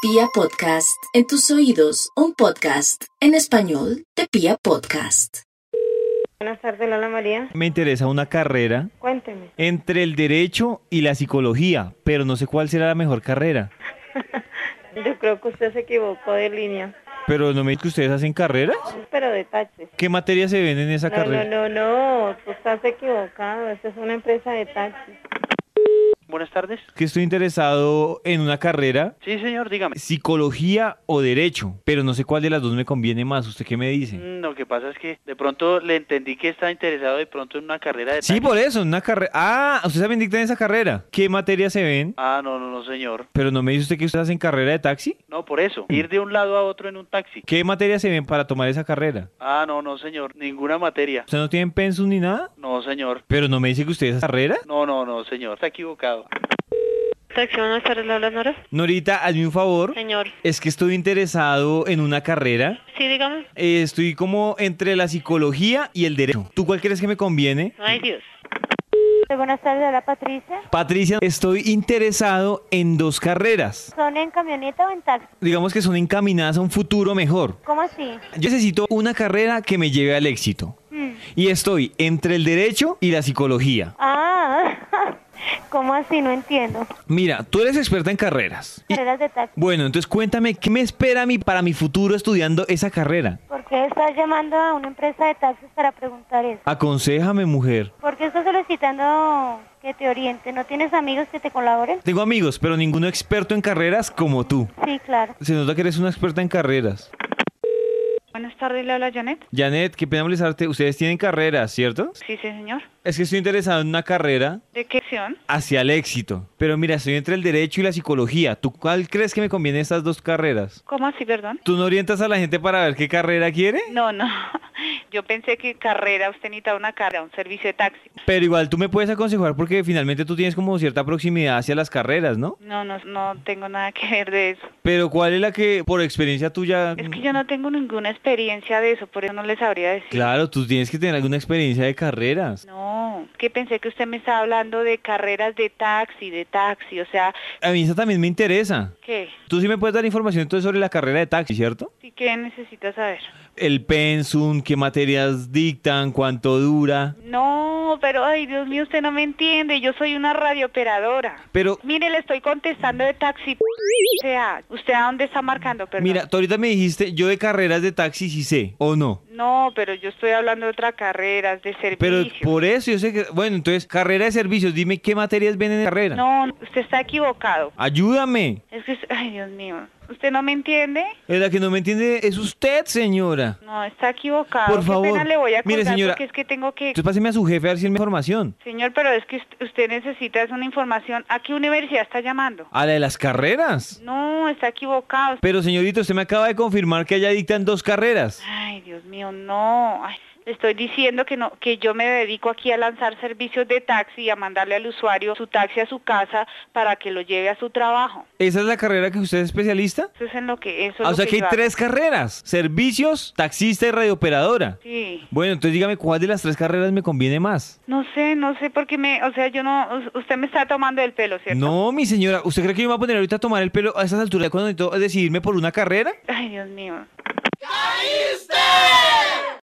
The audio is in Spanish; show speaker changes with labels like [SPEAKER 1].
[SPEAKER 1] Pia Podcast, en tus oídos, un podcast en español de Pia Podcast.
[SPEAKER 2] Buenas tardes, Lola María.
[SPEAKER 3] Me interesa una carrera
[SPEAKER 2] Cuénteme.
[SPEAKER 3] entre el derecho y la psicología, pero no sé cuál será la mejor carrera.
[SPEAKER 2] Yo creo que usted se equivocó de línea,
[SPEAKER 3] Pero no me digas que ustedes hacen carreras.
[SPEAKER 2] pero de taxis.
[SPEAKER 3] ¿Qué materias se ven en esa
[SPEAKER 2] No, no,
[SPEAKER 3] carrera?
[SPEAKER 2] no, no, tú estás equivocado. Esta es una empresa de taxis.
[SPEAKER 4] Buenas tardes.
[SPEAKER 3] Que estoy interesado en una carrera,
[SPEAKER 4] Sí, señor, dígame.
[SPEAKER 3] psicología o derecho, pero no sé cuál de las dos me conviene más. ¿Usted qué me dice?
[SPEAKER 4] Mm, Lo que pasa es que de pronto le entendí que está interesado de pronto en una carrera de
[SPEAKER 3] Sí,
[SPEAKER 4] taxi.
[SPEAKER 3] por eso, una carrera. Ah, ustedes también dictan esa carrera. ¿Qué materias se ven?
[SPEAKER 4] Ah, no, no, no, señor.
[SPEAKER 3] Pero no me dice usted que ustedes hacen carrera de taxi.
[SPEAKER 4] No, por eso.
[SPEAKER 3] Mm.
[SPEAKER 4] Ir de un lado a otro en un taxi.
[SPEAKER 3] ¿Qué materias se ven para tomar esa carrera?
[SPEAKER 4] Ah, no, no, señor. Ninguna materia.
[SPEAKER 3] ¿Ustedes no tienen pensum ni nada?
[SPEAKER 4] No, señor.
[SPEAKER 3] Pero no me dice que ustedes hacen carrera.
[SPEAKER 4] No, no, no, señor. Está equivocado.
[SPEAKER 2] Taxi, buenas tardes, Lola Nora.
[SPEAKER 3] Norita, hazme un favor.
[SPEAKER 2] Señor.
[SPEAKER 3] Es que estoy interesado en una carrera.
[SPEAKER 2] Sí, dígame.
[SPEAKER 3] Eh, estoy como entre la psicología y el derecho. ¿Tú cuál crees que me conviene?
[SPEAKER 2] Ay, Dios.
[SPEAKER 5] Buenas tardes, hola Patricia.
[SPEAKER 3] Patricia, estoy interesado en dos carreras.
[SPEAKER 5] ¿Son en camioneta o en taxi?
[SPEAKER 3] Digamos que son encaminadas a un futuro mejor.
[SPEAKER 5] ¿Cómo así?
[SPEAKER 3] Yo necesito una carrera que me lleve al éxito.
[SPEAKER 5] Mm.
[SPEAKER 3] Y estoy entre el derecho y la psicología.
[SPEAKER 5] Ah, ¿cómo así? No entiendo.
[SPEAKER 3] Mira, tú eres experta en carreras. Y-
[SPEAKER 5] Carreras de taxi.
[SPEAKER 3] bueno, entonces cuéntame qué me espera a mí para mi futuro estudiando esa carrera.
[SPEAKER 5] ¿Por qué estás llamando a una empresa de taxis para preguntar eso?
[SPEAKER 3] Aconséjame, mujer.
[SPEAKER 5] ¿Por qué estás solicitando que te oriente? ¿No tienes amigos que te colaboren?
[SPEAKER 3] Tengo amigos, pero ninguno experto en carreras como tú.
[SPEAKER 5] Sí, claro.
[SPEAKER 3] Se nota que eres una experta en carreras.
[SPEAKER 2] Buenas tardes, Lola Janet.
[SPEAKER 3] Janet, qué pena molestarte. Ustedes tienen carreras, ¿cierto?
[SPEAKER 2] Sí, sí, señor.
[SPEAKER 3] Es que estoy interesado en una carrera
[SPEAKER 2] ¿De qué acción?
[SPEAKER 3] hacia el éxito. Pero mira, estoy entre el derecho y la psicología. ¿Tú cuál crees que me conviene estas dos carreras?
[SPEAKER 2] ¿Cómo así, perdón?
[SPEAKER 3] ¿Tú no orientas a la gente para ver qué carrera quiere?
[SPEAKER 2] No, no. Yo pensé que carrera, usted necesita una carrera, un servicio de taxi.
[SPEAKER 3] Pero igual tú me puedes aconsejar porque finalmente tú tienes como cierta proximidad hacia las carreras, ¿no?
[SPEAKER 2] No, no, no tengo nada que ver de eso.
[SPEAKER 3] Pero ¿cuál es la que por experiencia tuya...
[SPEAKER 2] Es que yo no tengo ninguna experiencia de eso, por eso no le sabría decir.
[SPEAKER 3] Claro, tú tienes que tener alguna experiencia de carreras.
[SPEAKER 2] No, que pensé que usted me estaba hablando de carreras de taxi, de taxi, o sea,
[SPEAKER 3] A mí esa también me interesa.
[SPEAKER 2] ¿qué?
[SPEAKER 3] Tú sí me puedes dar información entonces sobre la carrera de taxi, ¿cierto?
[SPEAKER 2] ¿Y qué necesita saber?
[SPEAKER 3] El pensum, qué materias dictan, cuánto dura.
[SPEAKER 2] No, pero ay, Dios mío, usted no me entiende, yo soy una radiooperadora.
[SPEAKER 3] Pero,
[SPEAKER 2] Mire, le estoy contestando de taxi. O sea, ¿usted a dónde está marcando? Perdón.
[SPEAKER 3] mira, tú ahorita me dijiste, yo de carreras de taxi sí sé, ¿o no?
[SPEAKER 2] No, pero yo estoy hablando de otras carreras, de servicios.
[SPEAKER 3] Pero por eso yo sé que... Bueno, entonces, carrera de servicios, dime qué materias ven en la carrera.
[SPEAKER 2] No, usted está equivocado.
[SPEAKER 3] Ayúdame.
[SPEAKER 2] Es que, ay, Dios mío, ¿usted no me entiende?
[SPEAKER 3] Eh, La que no me entiende es usted, señora.
[SPEAKER 2] No, está equivocado.
[SPEAKER 3] Por
[SPEAKER 2] Qué
[SPEAKER 3] favor.
[SPEAKER 2] pena le voy a
[SPEAKER 3] Mire,
[SPEAKER 2] colgar
[SPEAKER 3] señora.
[SPEAKER 2] porque es que tengo que...
[SPEAKER 3] Entonces páseme a su jefe a ver si él me da información.
[SPEAKER 2] Señor, pero es que ust- usted necesita es una información. ¿A qué universidad está llamando?
[SPEAKER 3] A la de las carreras.
[SPEAKER 2] No, está equivocado.
[SPEAKER 3] Pero señorita, usted me acaba de confirmar que allá dictan dos carreras.
[SPEAKER 2] Ay, Dios mío, no. Ay, le estoy diciendo que no, que yo me dedico aquí a lanzar servicios de taxi y a mandarle al usuario su taxi a su casa para que lo lleve a su trabajo.
[SPEAKER 3] ¿Esa es la carrera que usted es especialista?
[SPEAKER 2] Eso es en lo que eso.
[SPEAKER 3] Ah,
[SPEAKER 2] es
[SPEAKER 3] o
[SPEAKER 2] lo
[SPEAKER 3] sea que hay
[SPEAKER 2] yo hago.
[SPEAKER 3] tres carreras: servicios, taxista y radiooperadora.
[SPEAKER 2] Sí.
[SPEAKER 3] Bueno, entonces dígame cuál de las tres carreras me conviene más.
[SPEAKER 2] No sé, no sé por qué me, o sea, yo no, us- usted me está tomando el pelo, ¿cierto?
[SPEAKER 3] No, mi señora, ¿usted cree que yo me voy a poner ahorita a tomar el pelo a esas alturas cuando necesito decidirme por una carrera?
[SPEAKER 2] Ay, Dios mío.